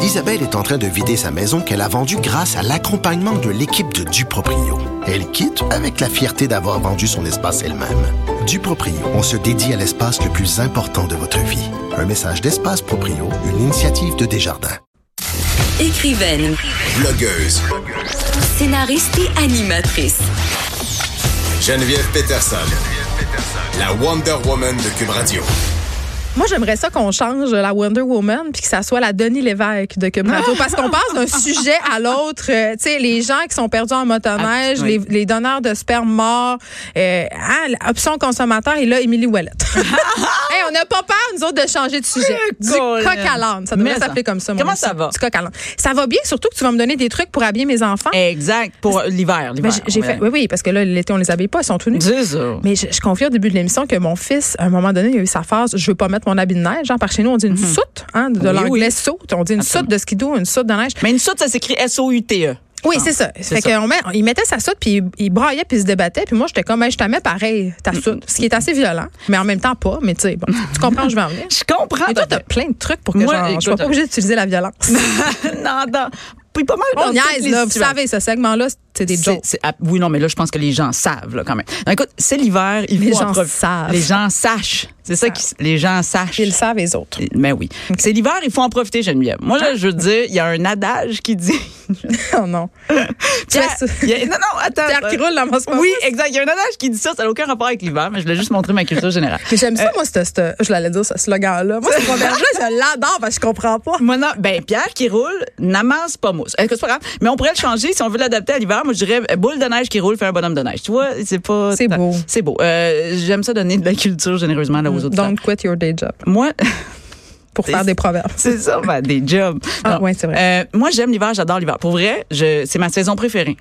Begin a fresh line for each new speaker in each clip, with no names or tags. Isabelle est en train de vider sa maison qu'elle a vendue grâce à l'accompagnement de l'équipe de Duproprio. Elle quitte avec la fierté d'avoir vendu son espace elle-même. Duproprio, on se dédie à l'espace le plus important de votre vie. Un message d'Espace Proprio, une initiative de Desjardins.
Écrivaine,
Blogueuse.
scénariste et animatrice.
Geneviève Peterson. La Wonder Woman de Cube Radio.
Moi, j'aimerais ça qu'on change la Wonder Woman puis que ça soit la Denis Lévesque de Cube Radio. Parce qu'on passe d'un sujet à l'autre. Euh, Tu sais, les gens qui sont perdus en motoneige,
Ah, oui.
les, les donneurs de sperme morts, euh, hein, option consommateur, et là, Émilie Ouellette. Hey, on n'a pas peur, nous autres, de changer de sujet. Du
Colin.
coq à l'âne. Ça devrait
Mais
s'appeler
ça.
comme ça. mon
Comment
ami.
ça va?
Du coq à l'âne. Ça va bien, surtout que tu vas me donner des trucs pour habiller mes enfants.
Exact, pour l'hiver.
Ben,
l'hiver,
j'ai- j'ai
Eh, on
fait,
va
oui, oui, parce que là, l'été, on les habille pas, ils sont tous nus.
dire. C'est ça.
Mais je, je confie au début de l'émission que mon fils, à un moment donné, il a eu sa phase je veux pas mettre mon habit de neige. Genre, par chez nous, on dit une soute, hein, de, de
Mm-hmm. Oui,
l'anglais
oui.
soute. On dit une soute de skido, une soute de neige.
Mais une soute, ça s'écrit S-O-U-T-E.
Oui, c'est ça. Fait
Ah, ça.
qu'on met, il mettait sa soute, puis il, il braillait, puis il se débattait. Puis moi, j'étais comme, Hey, je te mets pareil, ta
Mm-hmm.
soute. Ce qui est assez violent, mais en même temps pas. Mais tu sais, bon, tu comprends, où je vais en venir.
Je comprends.
Et toi, t'as plein de trucs pour que
Moi,
genre, je sois
écoute,
pas obligée d'utiliser la violence.
non, non. Puis pas mal dans
On
toutes
niaise,
les
là. Vous
situations.
savez, ce segment-là, c'est des
C'est-
jokes.
c'est- ah, oui, non, mais là, je pense que les gens savent, là, quand même. Non, écoute, c'est l'hiver, il
Les
faut en
gens
prof-
savent.
Les gens sachent. C'est ça qui, les gens sachent.
Ils le savent, les autres.
Mais oui. C'est l'hiver, il faut en profiter, Geneviève. Moi,
Hein?
là, je veux dire, il y a un adage qui dit.
Oh non.
Pierre-
as-
il y a- non, non, attends. euh,
Pierre qui roule dans mon sport.
Oui, exact. Il y a un adage qui dit ça. Ça n'a aucun rapport avec l'hiver, mais je voulais juste montrer ma culture générale.
Mais j'aime ça, moi, ce- ce- je l'allais dire, ce slogan-là. Moi, ce proverbe-là, je l'adore parce que je comprends pas.
Moi, non, ben, Pierre qui roule n'amasse pas mousse. Écoute, c'est pas grave. Mais on pourrait le changer si on veut l'adapter à l'hiver. Moi, je dirais euh, boule de neige qui roule, fait un bonhomme de neige. Tu vois, c'est pas.
C'est beau. Mm.
C'est beau. Euh, J'aime ça donner de la culture généreusement là, aux autres.
Don't quit your day job
Moi,
pour faire des proverbes.
c'est ça, ben, des jobs.
Ah,
Non.
ouais, c'est
Euh, moi, j'aime l'hiver, j'adore l'hiver. Pour vrai, je, c'est ma saison préférée.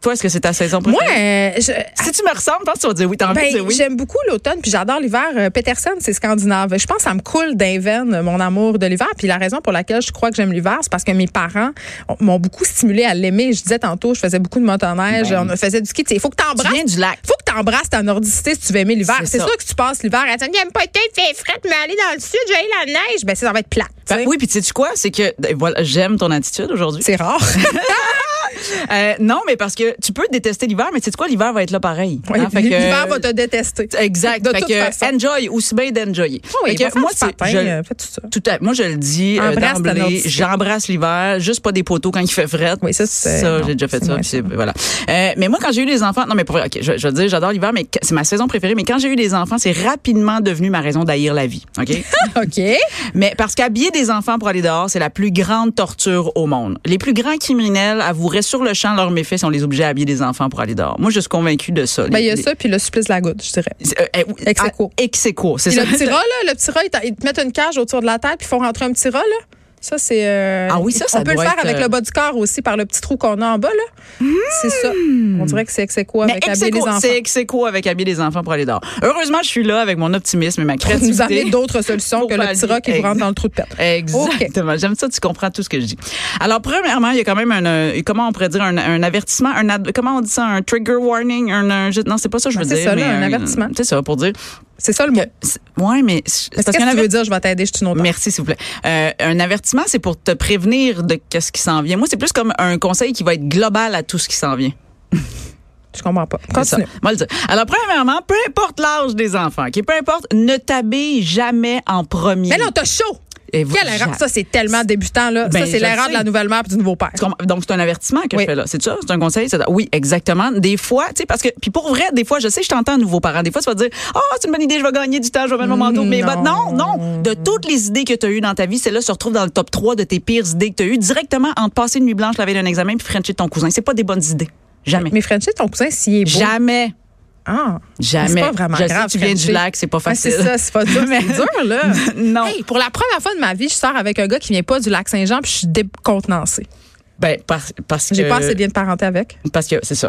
Toi, est-ce que c'est ta saison
Moi,
préférée?
euh, je-
Si tu me ressembles, je pense que tu vas dire oui. T'as envie de
ben,
dire oui.
j'aime beaucoup l'automne, puis j'adore l'hiver. Euh, Peterson, c'est scandinave. Je pense que ça me coule d'un veine, mon amour de l'hiver. Puis la raison pour laquelle je crois que j'aime l'hiver, c'est parce que mes parents ont- m'ont beaucoup stimulé à l'aimer. Je disais tantôt, je faisais beaucoup de motoneige, on faisait du ski. Tu sais, Il faut que
Ben Tu
t'embrasses
viens du lac.
faut que tu embrasses ta nordicité si tu veux aimer l'hiver.
C'est
C'est
ça.
sûr que tu passes l'hiver à dire j'aime pas le temps, il fait fret, mais aller dans le sud, j'ai la neige. Ben, ça ça va être plate. tu
Ben
sais.
oui, puis tu sais quoi? C'est que, ben, voilà, j'aime ton attitude aujourd'hui.
C'est rare.
Euh, non, mais parce que tu peux détester l'hiver, mais tu sais quoi? L'hiver va être là pareil.
Ouais,
Hein, fait que-
L'hiver va te détester.
Exact.
De
fait
toute
que
façon. Ah
enjoy, aussi bien d'enjoyer.
Oui,
Fait que
va faire
moi,
du
c'est-
patin,
je-
euh, fais tout ça.
tout à- moi, je le dis euh,
Embrasse ta
d'emblée,
nordicité.
j'embrasse l'hiver, juste pas des poteaux quand il fait fret.
Oui, ça, c'est- non,
j'ai déjà fait
c'est
ça.
moins
puis c'est- Voilà. Euh, mais moi, quand j'ai eu les enfants, non, mais pour vrai, ok, je, je veux dire, j'adore l'hiver, mais que- c'est ma saison préférée. Mais quand j'ai eu les enfants, c'est rapidement devenu ma raison d'haïr la vie. Ok.
OK.
Mais parce qu'habiller des enfants pour aller dehors, c'est la plus grande torture au monde. Les plus grands criminels avoueraient sur le champ leurs méfaits si on les obligeait à habiller des enfants pour aller dehors. Moi, je suis convaincue de ça.
Ben, il y a
Les-
ça, puis le supplice de la goutte, je dirais.
les- euh, euh,
Ex
à-
aequo.
ex aequo, c'est
Puis
ça.
le petit rat, là, le petit rat, ils t'en- ils te mettent une cage autour de la tête, puis ils font rentrer un petit rat, là. Ça, c'est. euh,
Ah oui, ça, ça
On peut le
doit
faire
être,
avec
euh,
le bas du corps aussi, par le petit trou qu'on a en bas, là. C'est ça. On dirait que c'est ex quoi
Hmm. Mais
avec
ex
habiller les
aequo,
enfants.
c'est ex aequo avec habiller les enfants pour aller dehors. Heureusement, je suis là avec mon optimisme et ma
Pour
créativité.
nous amener d'autres solutions
Pour Eh,
que le petit
pallier.
rat qui vous rentre dans le trou de pète.
Exactement. J'aime ça, tu comprends tout ce que je dis. Alors, premièrement, il y a quand même un, euh, comment on pourrait dire, un, un avertissement, un ad- comment on dit ça, un trigger warning, un, un- je- non, c'est pas ça que je veux
Ben, c'est
dire.
ça, là,
mais
un avertissement.
C'est ça, pour dire. euh,
C'est ça le mot.
c'est- Ouais, mais.
Parce
c'est-
que qu'est-ce
parce qu'un
que tu veux
averti-
dire, je vais t'aider, je suis une autre.
Merci, s'il vous plaît. Euh, un avertissement, c'est pour te prévenir de ce qui s'en vient. Moi, c'est plus comme un conseil qui va être global à tout ce qui s'en vient.
Je comprends pas.
C'est ça.
Continue.
Moi, le dire. Alors, premièrement, peu importe l'âge des enfants, qui peu importe, ne t'habille jamais en premier.
Mais non, t'as chaud!
Et vous-
Quelle erreur!
j'a-
Ça, c'est tellement débutant, là.
Ben,
ça, c'est
je
l'erreur de
sais.
la nouvelle mère et du nouveau père.
Tu comprends? Donc, c'est un avertissement que
Oui.
je fais là. C'est ça? C'est un conseil? C'est- Oui, exactement. Des fois, tu sais, parce que, puis pour vrai, des fois, je sais, je t'entends, nouveau parent. Des fois, tu vas te dire, ah, c'est une bonne idée, je vais gagner du temps, je vais mettre mon manteau. Mais bah, non, non. De toutes les idées que tu as eues dans ta vie, celle-là se retrouve dans le top 3 de tes pires idées que tu as eues directement en te passer une nuit blanche, la veille d'un examen, puis Frencher ton cousin. C'est pas des bonnes idées. Jamais.
Mais Frenchie, ton cousin, s'il est beau.
Jamais.
Ah,
Jamais.
C'est pas vraiment
Ben, Je sais,
grave.
tu viens
Frenchie.
du lac, c'est pas
Ah,
facile.
c'est ça, c'est pas dur.
Mais-
C'est dur, là.
Non.
Hey, pour la première fois de ma vie, je sors avec un gars qui vient pas du lac Saint-Jean, puis je suis décontenancée.
Ben, parce, parce que.
J'ai pas assez bien de parenté avec.
Parce que, c'est ça.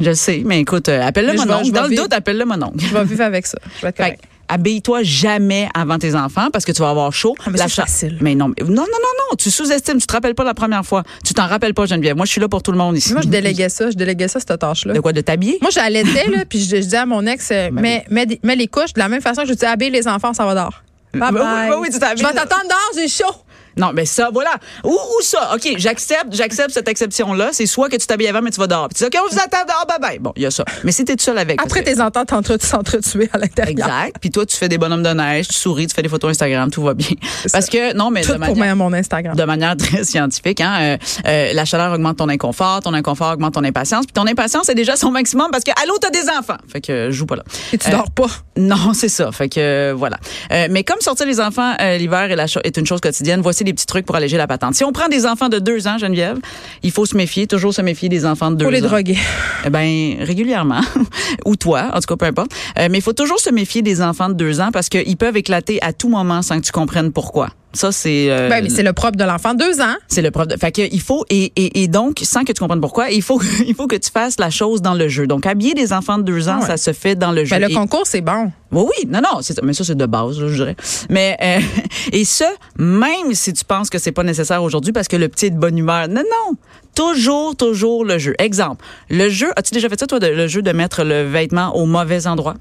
Je sais, mais écoute, euh, appelle-le
Mais je
mon
vais-
oncle.
je vais
Dans le
vivre.
doute, appelle-le mon oncle.
Je vais vivre avec ça. Je vais être
Fait
correcte.
que, habille-toi jamais avant tes enfants parce que tu vas avoir chaud.
Ah, mais
La
c'est
cha-
facile.
Mais non, mais- non, non, non, non. Tu sous-estimes. Tu te rappelles pas la première fois. Tu t'en rappelles pas, Geneviève. Moi, je suis là pour tout le monde ici.
Moi, je déléguais ça. Je déléguais ça, cette tâche-là.
De quoi? Ben De t'habiller?
Moi, j'allaitais, là, puis je, je disais à mon ex, euh, mets, mets des- mets les couches de la même façon que je disais, habille les enfants, ça va dehors. Bye
Ben oui,
bye.
ben oui, tu t'habilles.
Je vais t'attendre dehors, j'ai chaud.
Non, mais ça, voilà. Ou, ou ça. OK, j'accepte, j'accepte cette exception-là. C'est soit que tu t'habilles avant, mais tu vas dehors. Puis tu dis, OK, on vous attend dehors, bye bye. Bon, il y a ça. Mais si t'es tout seul avec. parce
Après,
que-
tes ententes entre s'entretuer à l'intérieur.
Exact. Puis toi, tu fais des bonhommes de neige, tu souris, tu fais des photos Instagram, tout va bien. Parce que, non, mais
Tout
de
pour
manière,
moi à mon Instagram.
de manière très scientifique, hein, euh, euh, la chaleur augmente ton inconfort, ton inconfort augmente ton impatience, puis ton impatience est déjà son maximum parce que, allô, t'as des enfants. Fait que, euh, joue pas là.
Et tu
Euh,
dors pas.
non, c'est ça. Fait que euh, voilà. Euh, mais comme sortir les enfants euh, l'hiver est, la cho- est une chose quotidienne, voici les petits trucs pour alléger la patente. Si on prend des enfants de deux ans, Geneviève, il faut se méfier, toujours se méfier des enfants de deux ans.
Pour les droguer.
Eh ben régulièrement ou toi, en tout cas peu importe. Euh, mais il faut toujours se méfier des enfants de deux ans parce qu'ils peuvent éclater à tout moment sans que tu comprennes pourquoi. Ça c'est. euh,
Ben, mais c'est le propre de l'enfant. Deux ans.
c'est le prof de. Fait que il faut et, et, et donc sans que tu comprennes pourquoi, il faut il faut que tu fasses la chose dans le jeu. Donc habiller des enfants de deux ans,
Ouais.
ça se fait dans le jeu.
Ben, le
Et-
concours, c'est bon.
oui, oui, non, non, c'est, mais ça, c'est de base, là, je dirais. Mais, euh, et ça, même si tu penses que c'est pas nécessaire aujourd'hui parce que le petit est de bonne humeur. Non, non. Toujours, toujours le jeu. Exemple. Le jeu, as-tu déjà fait ça, toi, de- le jeu de mettre le vêtement au mauvais endroit?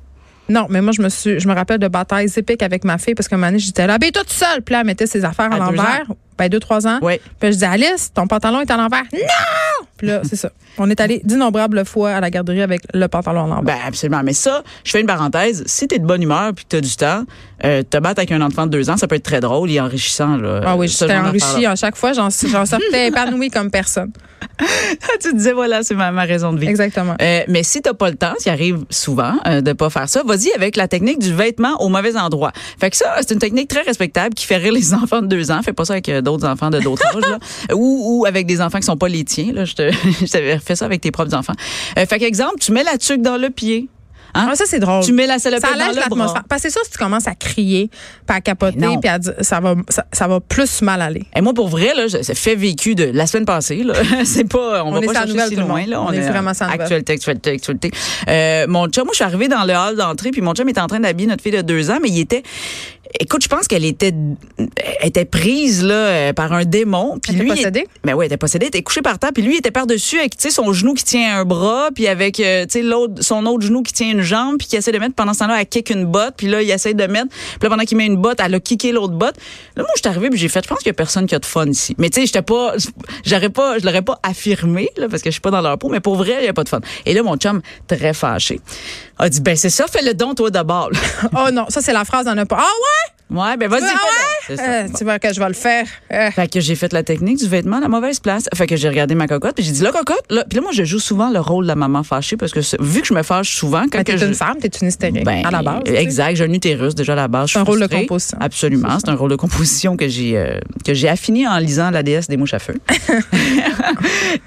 Non, mais moi, je me suis, je me rappelle de batailles épiques avec ma fille parce que un moment donné, j'étais là, ben, toi toute seule. Puis là, elle mettait ses affaires à,
À deux
l'envers. Ben, deux, trois ans.
Oui.
Puis je dis, Alice, ton pantalon est à l'envers. Non! Puis là, c'est ça. On est allé d'innombrables fois à la garderie avec le pantalon à l'envers.
Ben, absolument. Mais ça, je fais une parenthèse. Si t'es de bonne humeur puis que t'as du temps, euh, te battre avec un enfant de deux ans, ça peut être très drôle et enrichissant, là. Euh,
ah oui,
Ce
j'étais
genre
enrichie
d'affaires-là.
à chaque fois. J'en j'en sortais épanouie comme personne.
Ah, tu te disais, voilà, c'est ma, ma raison de vivre.
Exactement.
Euh, mais si t'as pas le temps, ce qui arrive souvent euh, de pas faire ça, vas-y avec la technique du vêtement au mauvais endroit. Fait que ça, c'est une technique très respectable qui fait rire les enfants de deux ans. Fais pas ça avec euh, d'autres enfants de d'autres âges, là. ou, ou avec des enfants qui sont pas les tiens. Là, je te, je t'avais fait ça avec tes propres enfants. Euh, fait qu'exemple, tu mets la tuque dans le pied. Hein?
Ah, ça, c'est drôle.
Tu mets la salopette
ça
dans
allège
le bras.
l'atmosphère. Parce que c'est sûr, si tu commences à crier, puis à capoter,
Mais non.
puis à dire, ça va, ça, ça va plus mal aller.
Et moi, pour vrai, là, je- c'est fait vécu de la semaine passée. Là. c'est pas, on,
On
va
est sur
pas
la
chercher
nouvelle,
si
tout le
loin.
monde.
Là.
On est vraiment sur la nouvelle.
Actualité, actualité, actualité. Euh, mon chum, moi, je suis arrivée dans le hall d'entrée, puis mon chum était en train d'habiller notre fille de deux ans, mais il était... Écoute, je pense qu'elle était elle était prise là euh, par un démon. Puis
Elle était
lui,
possédée?
Mais oui, elle Ben était possédée. Elle était couchée par terre. Puis lui, il était par dessus avec tu sais son genou qui tient un bras, puis avec euh, tu sais l'autre son autre genou qui tient une jambe, puis qui essaie de mettre pendant ce temps-là, elle kick une botte. Puis là, il essaie de mettre. Puis là, pendant qu'il met une botte, elle a kické l'autre botte. Là, moi, je suis arrivée, puis j'ai fait. Je pense qu'il y a personne qui a de fun ici. Mais tu sais, j'étais pas, j'aurais pas, je l'aurais pas affirmé là, parce que je suis pas dans leur peau. Mais pour vrai, il y a pas de fun. Et là, mon chum très fâché a dit ben c'est ça, fais le don toi d'abord.
oh non, ça, c'est la phrase dans un pas. Ah ouais?
ouais, ben vas-y.
Ah
fais-le.
ouais?
C'est ça.
Euh, Tu vois que je vais le faire. Euh,
Fait que j'ai fait la technique du vêtement à la mauvaise place. Fait que j'ai regardé ma cocotte, puis j'ai dit, là, cocotte, là. Puis là, moi, je joue souvent le rôle de la maman fâchée, parce que c'est- vu que je me fâche souvent, quand
ben,
que
t'es
je...
une femme, t'es une hystérique.
Ben,
à la base. tu sais.
Exact, j'ai un utérus déjà à la base. je suis
un rôle de
frustrée.
composition.
Absolument, c'est un rôle de composition que j'ai euh, que j'ai affiné en lisant La déesse des mouches à feu.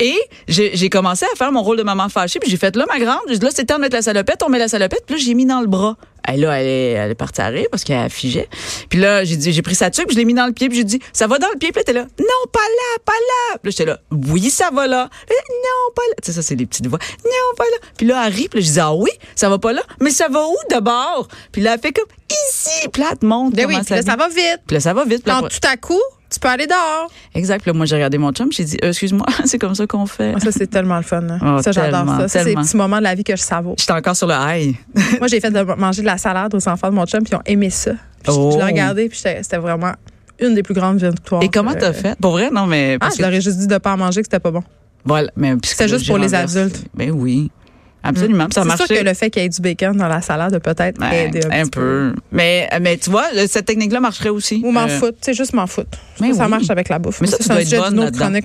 Et j'ai j'ai commencé à faire mon rôle de maman fâchée, puis j'ai fait là ma grande, j'ai dit là c'est le temps de mettre la salopette, on met la salopette, puis là j'ai mis dans le bras. Et là elle est, elle est partie à rire parce qu'elle figeait. Puis là j'ai dit j'ai pris sa tuque, puis je l'ai mis dans le pied, puis j'ai dit ça va dans le pied, puis là t'es là non pas là, pas là. Puis là j'étais là oui ça va là, Eh, non pas là. Tu sais ça c'est les petites voix non pas là. Puis là elle rit, puis là, je dis ah oui ça va pas là, mais ça va où d'abord? Puis là elle fait comme ici, plate monte.
Ben oui, puis là, ça va vite.
Puis là, ça va vite. puis là,
Donc, tout à coup, tu peux aller dehors.
Exact. Puis là, moi, j'ai regardé mon chum, j'ai dit, Euh, excuse-moi, c'est comme ça qu'on fait.
Ah, Ça, c'est tellement le fun. là.
Oh,
ça, j'adore
tellement,
ça. Ça, c'est les
tellement.
petits moments de la vie que je savoure.
J'étais encore sur le high.
Moi, j'ai fait de manger de la salade aux enfants de mon chum, puis ils ont aimé ça. Puis je- Je
Oh.
l'ai regardé, puis j'étais- c'était vraiment une des plus grandes victoires.
Et comment t'as
Euh,
fait? Pour vrai, non, mais.
Ah,
parce
je leur ai juste dit de pas en manger, que c'était pas bon.
Voilà. mais
C'était juste pour les adultes. Mm.
Ben oui. Absolument. Puis ça
C'est sûr
marchait.
que le fait qu'il y ait du bacon dans la salade a peut-être
Ouais,
aidé un,
un
petit
peu. Mais, mais tu vois, le- cette technique-là marcherait aussi.
Ou m'en
Euh,
foutre, tu sais, juste m'en foutre. Je
Mais
trouve que Ça
oui.
marche avec la bouffe.
Mais ça, tu
c'est un
dois être
sujet
bonne
d'une autre
là-dedans.
chronique.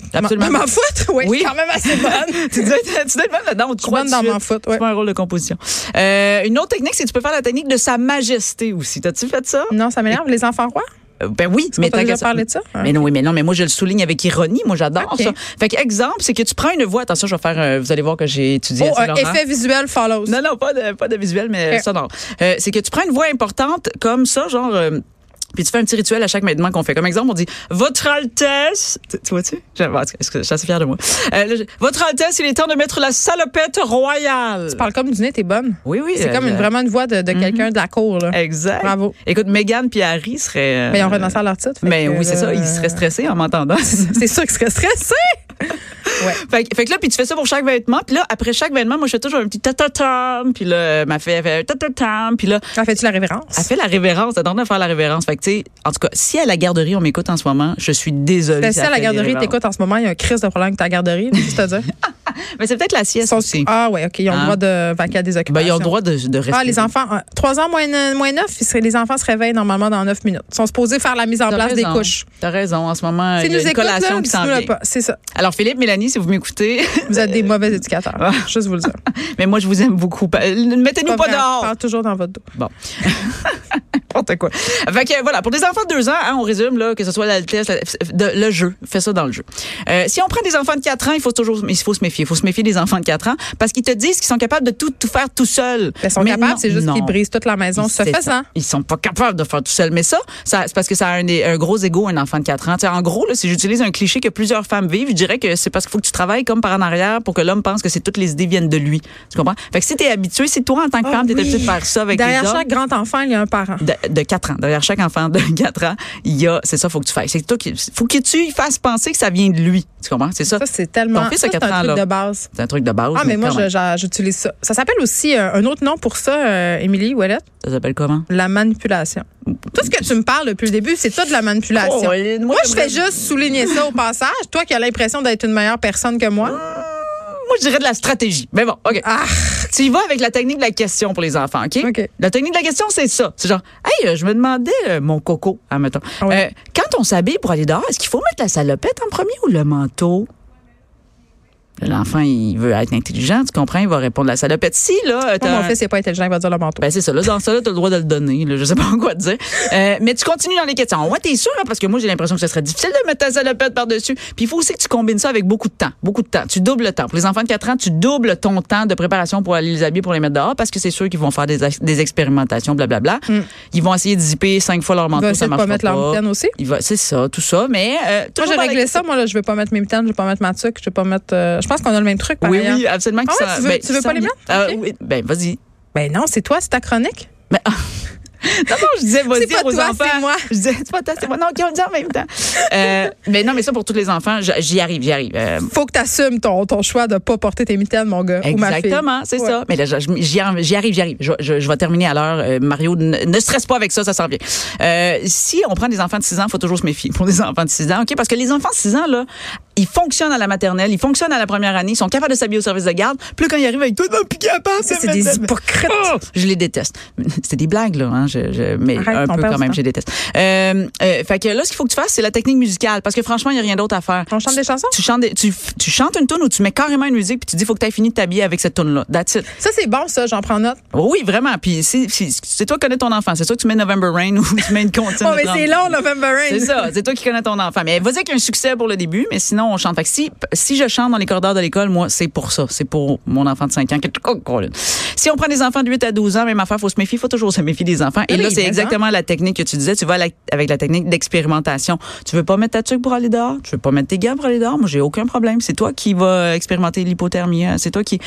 Absolument.
M'en m'en foutre, oui,
Oui.
c'est quand même assez bonne.
tu dois être tu dois être bonne là-dedans. On te croit
bonne
tout
dans
de suite.
mon foot, ouais.
C'est pas un rôle de composition. Euh, une autre technique, c'est que tu peux faire la technique de Sa Majesté aussi. T'as-tu fait ça?
non, ça m'énerve, les enfants rois.
Euh, Ben oui,
Mais t'as
t'as
déjà parlé de ça?
Mais non, oui, mais non, mais moi je le souligne avec ironie, moi j'adore
Ok.
ça. Fait que exemple, c'est que tu prends une voix, attention, je vais faire euh, vous allez voir que j'ai étudié
Oh,
à
un
Saint-Laurent.
effet visuel follows.
Non non, pas de pas de visuel mais
Ok.
sonore. Euh, c'est que tu prends une voix importante comme ça genre euh, puis tu fais un petit rituel à chaque vêtement qu'on fait. Comme exemple, on dit Votre Altesse. Tu, tu vois-tu? Je, en tout cas, je suis assez fière de moi. Euh, là, je- Votre Altesse, il est temps de mettre la salopette royale.
Tu parles comme du nez, t'es bonne.
Oui, oui.
C'est
euh,
comme une-
euh,
vraiment une voix de, de quelqu'un de la cour. Là.
Exact.
Bravo. Ben,
Écoute, Megan puis Harry seraient. euh,
Mais ils ont renoncé à leur titre. fait
Mais
que
Ben oui, c'est
là,
ça. Ils
euh,
seraient stressés en m'entendant.
C'est sûr qu'ils seraient stressés. Ouais.
Fait, que- fait que là, puis tu fais ça pour chaque vêtement. Puis là, après chaque vêtement, moi, je fais toujours un petit ta-ta-tam. Puis là, ma fille, elle fait un ta-ta-tam. Puis là,
Ça fait-tu la révérence?
elle fait la révérence. Elle tente à faire la révérence. Fait que, tu sais, en tout cas, si à la garderie, on m'écoute en ce moment, je suis désolée.
Ben, si
si elle
à la
fait des
garderie,
révérences.
t'écoutes en ce moment, il y a un crise de problème avec ta garderie, juste à dire.
Mais c'est peut-être la sieste
Sont-
aussi.
Ah, ouais, OK. Ils ont
Hein?
le droit de vaquer à des occupations.
Ben, ils ont le droit de, de rester.
Ah, les enfants, 3 ans moins, ne- moins 9, les enfants se réveillent normalement dans 9 minutes. Ils sont supposés faire la mise en
T'as
place
raison.
des couches.
T'as raison. En ce moment, Ah, il y
Si
a
nous
une
écoutent,
collation
là,
qui s'en
dites-nous-le
vient. Euh,
pas. C'est ça.
Alors, Philippe, Mélanie, si vous m'écoutez,
Vous êtes des mauvais éducateurs. Juste vous le dire.
mais moi, je vous aime beaucoup. Pa- Ne Mettez-nous ah. pas,
vrai, on
dehors.
parle toujours dans votre dos.
Bon. N'importe quoi. Fait que, euh, voilà, pour des enfants de 2 ans, hein, on résume, là, que ce soit la, le test, la- de- le jeu, fais ça dans le jeu. Euh, si on prend des enfants de 4 ans, il faut toujours il faut se méfier. Il faut se méfier des enfants de 4 ans parce qu'ils te disent qu'ils sont capables de tout, tout faire tout
Ben,
seuls.
Ils sont
Mais
capables,
non,
c'est juste
non.
qu'ils brisent toute la maison.
Ils-
Ce
c'est ça.
faisant,
Ils sont pas capables de faire tout seul. Mais ça, ça c'est parce que ça a un, un gros ego, un enfant de 4 ans. Tu sais, en gros, là, si j'utilise un cliché que plusieurs femmes vivent, je dirais que c'est parce qu'il faut que tu travailles comme par en arrière pour que l'homme pense que c'est toutes les idées viennent de lui. Tu comprends? Fait que si t'es habitué, si toi, en tant que
Ah
femme, t'es
oui.
habitué de faire ça avec
derrière
les hommes,
chaque grand enfant, il y a un parent.
de, de 4 ans. Derrière chaque enfant de 4 ans, il y a, c'est ça, faut que tu fasses. C'est toi qui, faut que tu y fasses penser que ça vient de lui. Tu comprends? C'est ça.
Ça, c'est tellement.
Ton fils
ça,
a
c'est
quatre ans,
un truc
là.
de base.
C'est un truc de base.
Ah, mais moi,
quand
je-
même.
j'a- j'utilise ça. Ça s'appelle aussi euh, un autre nom pour ça, euh, Émilie Ouellet,
Ça s'appelle comment?
la manipulation. Tout ce que tu me parles depuis le début, c'est tout de la manipulation.
Oh, Hélène, moi,
moi, je fais juste souligner ça au passage. Toi qui as l'impression d'être une meilleure personne que moi.
Moi, je dirais de la stratégie. Mais bon, OK.
Ah!
Tu y vas avec la technique de la question pour les enfants, OK?
OK.
La technique de la question, c'est ça. C'est genre, hey, euh, je me demandais, euh, mon coco, admettons.
Ah oui.
euh, quand on s'habille pour aller dehors, est-ce qu'il faut mettre la salopette en premier ou le manteau? L'enfant, il veut être intelligent, tu comprends? Il va répondre la salopette. Si, là, euh,
Moi,
t'as
mon
un-
fils n'est pas intelligent, il va dire le manteau.
ben c'est ça. Là, dans ça, là, t'as le droit de le donner. Là, je sais pas quoi te dire. Euh, mais tu continues dans les questions. Ouais, t'es sûr, hein, parce que moi, j'ai l'impression que ce serait difficile de mettre ta salopette par-dessus. Puis il faut aussi que tu combines ça avec beaucoup de temps. Beaucoup de temps. Tu doubles le temps. Pour les enfants de 4 ans, tu doubles ton temps de préparation pour aller les habiller, pour les mettre dehors, parce que c'est sûr qu'ils vont faire des, ex- des expérimentations, blablabla. Ils vont essayer de zipper cinq fois leur
il va
manteau,
Mm. essayer
ça
Ben, de pas
marche
mettre la
pas.
mitaine aussi.
Il va, c'est ça, tout ça, mais euh,
Moi, j'ai
toujours dans la-
réglé ça. Moi, là, je vais pas mettre mes mitaines, je vais pas mettre ma tuque, je vais pas mettre. euh, je pense qu'on a le même truc. par
Oui,
ailleurs.
oui, absolument. qu'ils
Ah ouais,
s'en-
tu veux-
ben,
tu veux
qu'ils
pas les
s'en-
mettre?
Ah,
Ok.
oui, ben, vas-y.
Ben non, c'est toi, c'est ta chronique.
Mais ah, non, non, je disais, vas-y
C'est pas
aux
toi,
enfants.
c'est moi.
Je disais, c'est pas toi, c'est moi. Non, qui on le dit en même temps. Euh, mais non, mais ça, pour tous les enfants, je- j'y arrive, j'y arrive. Euh,
Faut que tu assumes ton, ton choix de pas porter tes mitaines, mon gars. ou ma fille.
Exactement, c'est
Ouais.
ça. Mais là, je- je- j'y arrive, j'y arrive. j'y arrive. Je, je- je vais terminer à l'heure. Euh, Mario, ne, ne stresse pas avec ça, ça s'en vient. Euh, si on prend des enfants de 6 ans, il faut toujours se méfier pour des enfants de 6 ans. OK? Parce que les enfants de 6 ans, là, ils fonctionnent à la maternelle, ils fonctionnent à la première année, ils sont capables de s'habiller au service de garde. Plus quand ils arrivent avec tout, non, puis capable.
Ça, c'est des hypocrites.
Oh, je les déteste. C'était des blagues, là. Hein? Je, je- mais
Arrête,
un
on
peu
perd
quand
du
même,
temps.
je les déteste. Euh, euh, fait que là, ce qu'il faut que tu fasses, c'est la technique musicale. Parce que franchement, il n'y a rien d'autre à faire.
On chante des chansons?
Tu chantes, des- tu, f- tu chantes une tune ou tu mets carrément une musique puis tu dis faut que tu aies fini de t'habiller avec cette tune là. That's it.
Ça, c'est bon, ça, j'en prends note.
Oui, vraiment. Puis si- si- c'est toi qui connais ton enfant. C'est toi que tu mets November Rain ou tu mets une comptine.
Oh,
de
mais
grande-
c'est long, November Rain.
C'est ça, c'est toi qui connais ton enfant. Mais vas-y avec un succès pour le début, mais sinon on chante. Fait que si, si je chante dans les corridors de l'école, moi c'est pour ça, c'est pour mon enfant de 5 ans. Oh, Colin. Si on prend des enfants de 8 à 12 ans, même affaire, faut se méfier, faut toujours se méfier des enfants. Et
Ah Oui, ben
là c'est
mais
exactement la technique que tu disais, tu vas à la- avec la technique d'expérimentation. Tu veux pas mettre ta tuque pour aller dehors, tu veux pas mettre tes gants pour aller dehors, moi j'ai aucun problème, c'est toi qui vas expérimenter l'hypothermie, hein. c'est toi qui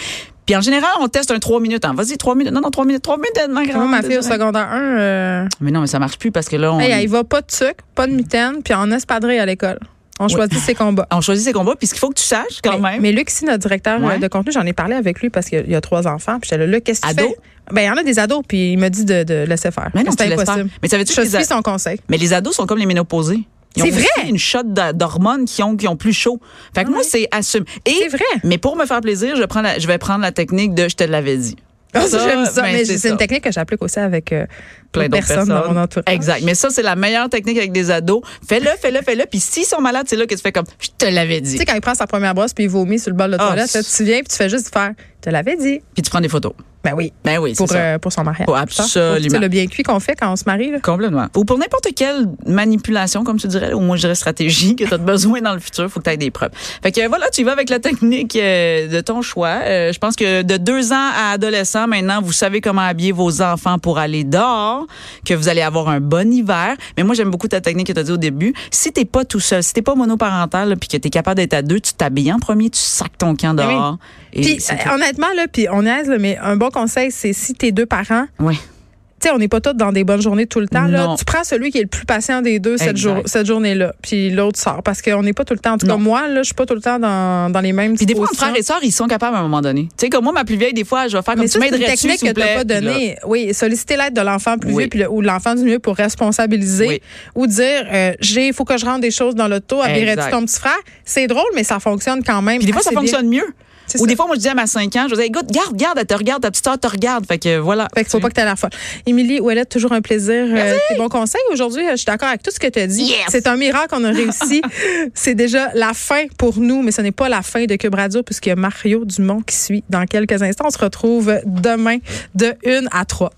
puis en général, on teste un 3 minutes. hein. Vas-y, 3 minutes. Non, non, 3 minutes. 3 minutes, ma
Moi,
grande.
ma fille au secondaire 1, euh,
Mais non, mais ça marche plus parce que là, on.
hey, elle y va pas de sucre, pas de mitaine, puis en espadrille à l'école. On choisit ses combats.
on choisit ses combats, puis ce qu'il faut que tu saches Ah, quand
mais,
même.
mais Luc, si notre directeur euh,
Ouais.
de contenu, j'en ai parlé avec lui parce qu'il y a trois enfants. Puis j'étais là, Luc, qu'est-ce que tu
Ados?
fais? Ben, il y en a des ados, puis il me dit de, de laisser faire.
Mais non,
c'est
tu laisses
impossible.
faire. Mais ça veut dire
Je
que les a-
suis son conseil.
Mais les ados sont comme les ménopausés. Ils ont
C'est vrai! Ah
aussi une shot d'a- d'hormones qui ont, qui ont plus chaud. Fait que moi, c'est assume. Et,
C'est vrai.
Mais pour me faire plaisir, je, prends la- je vais prendre la technique de je te l'avais dit.
Ah, ça, J'aime ça,
ben,
mais
c'est
c'est
ça.
une technique que j'applique aussi avec euh,
Plein
d'autres
d'autres personnes.
dans mon entourage.
Exact. Mais ça, c'est la meilleure technique avec des ados. Fais-le, fais-le, fais-le. Puis s'ils sont malades, c'est là que tu fais comme je te l'avais dit.
Tu sais, quand il prend sa première brosse puis il vomit sur le bol de
Ah,
toilette, là, tu viens puis tu fais juste faire « te l'avais dit
Puis tu prends des photos. ».
Ben oui,
Ben oui, c'est
pour,
ça.
euh, pour son mariage.
Pour
Ça,
absolument.
C'est le bien cuit qu'on fait quand on se marie. là.
Complètement. Ou pour n'importe quelle manipulation, comme tu dirais, ou moi je dirais stratégie, que tu as besoin dans le futur, faut que tu aies des preuves. Fait que euh, voilà, tu y vas avec la technique euh, de ton choix. Euh, je pense que de deux ans à adolescent, maintenant, vous savez comment habiller vos enfants pour aller dehors, que vous allez avoir un bon hiver. Mais moi, j'aime beaucoup ta technique que tu as dit au début. Si t'es pas tout seul, si t'es pas monoparental, là, puis que tu es capable d'être à deux, tu t'habilles en premier, tu sacs ton camp
Eh oui.
dehors. Et
Puis
c'est
euh, honnêtement, là, puis on aise, là, mais un bon conseil, c'est si tes deux parents,
tout. Ouais.
tu sais, on n'est pas tous dans des bonnes journées tout le temps. Là.
Non.
Tu prends celui qui est le plus patient des deux cette,
Exact.
jour- cette journée-là, puis l'autre sort. Parce qu'on n'est pas tout le temps. En tout cas,
Non.
moi, là, je suis pas tout le temps dans, dans les mêmes
Puis des fois, entre
dispositions.
frères et sœurs, ils sont capables à un moment donné. Tu sais, comme moi, ma plus vieille, des fois, je vais faire comme
mais ça,
tu
c'est une
m'aiderais-tu,
technique que
s'il
tu
vous
n'as pas
plaît.
donnée. Oui, solliciter l'aide de l'enfant plus
Oui.
vieux puis le- ou de l'enfant du mieux pour responsabiliser
Oui.
ou dire euh, j'ai il faut que je rende des choses dans l'auto, habillerais-tu
Exact.
ton petit frère C'est drôle mais ça fonctionne quand même.
Puis des fois, ça
assez Ah, bien.
fonctionne mieux.
C'est
Ou
ça.
des fois, moi, je dis à ma 5 ans, je disais, écoute, garde, garde, elle te regarde, ta petite sœur te regarde. Fait que voilà.
Fait qu'il faut pas que tu aies la folle. Émilie Ouellet, toujours un plaisir. Euh, tes bons conseils aujourd'hui, euh, je suis d'accord avec tout ce que tu as dit.
Yes!
C'est un miracle qu'on a réussi. C'est déjà la fin pour nous, mais ce n'est pas la fin de Cube Radio puisqu'il y a Mario Dumont qui suit dans quelques instants. On se retrouve demain de 1 à 3.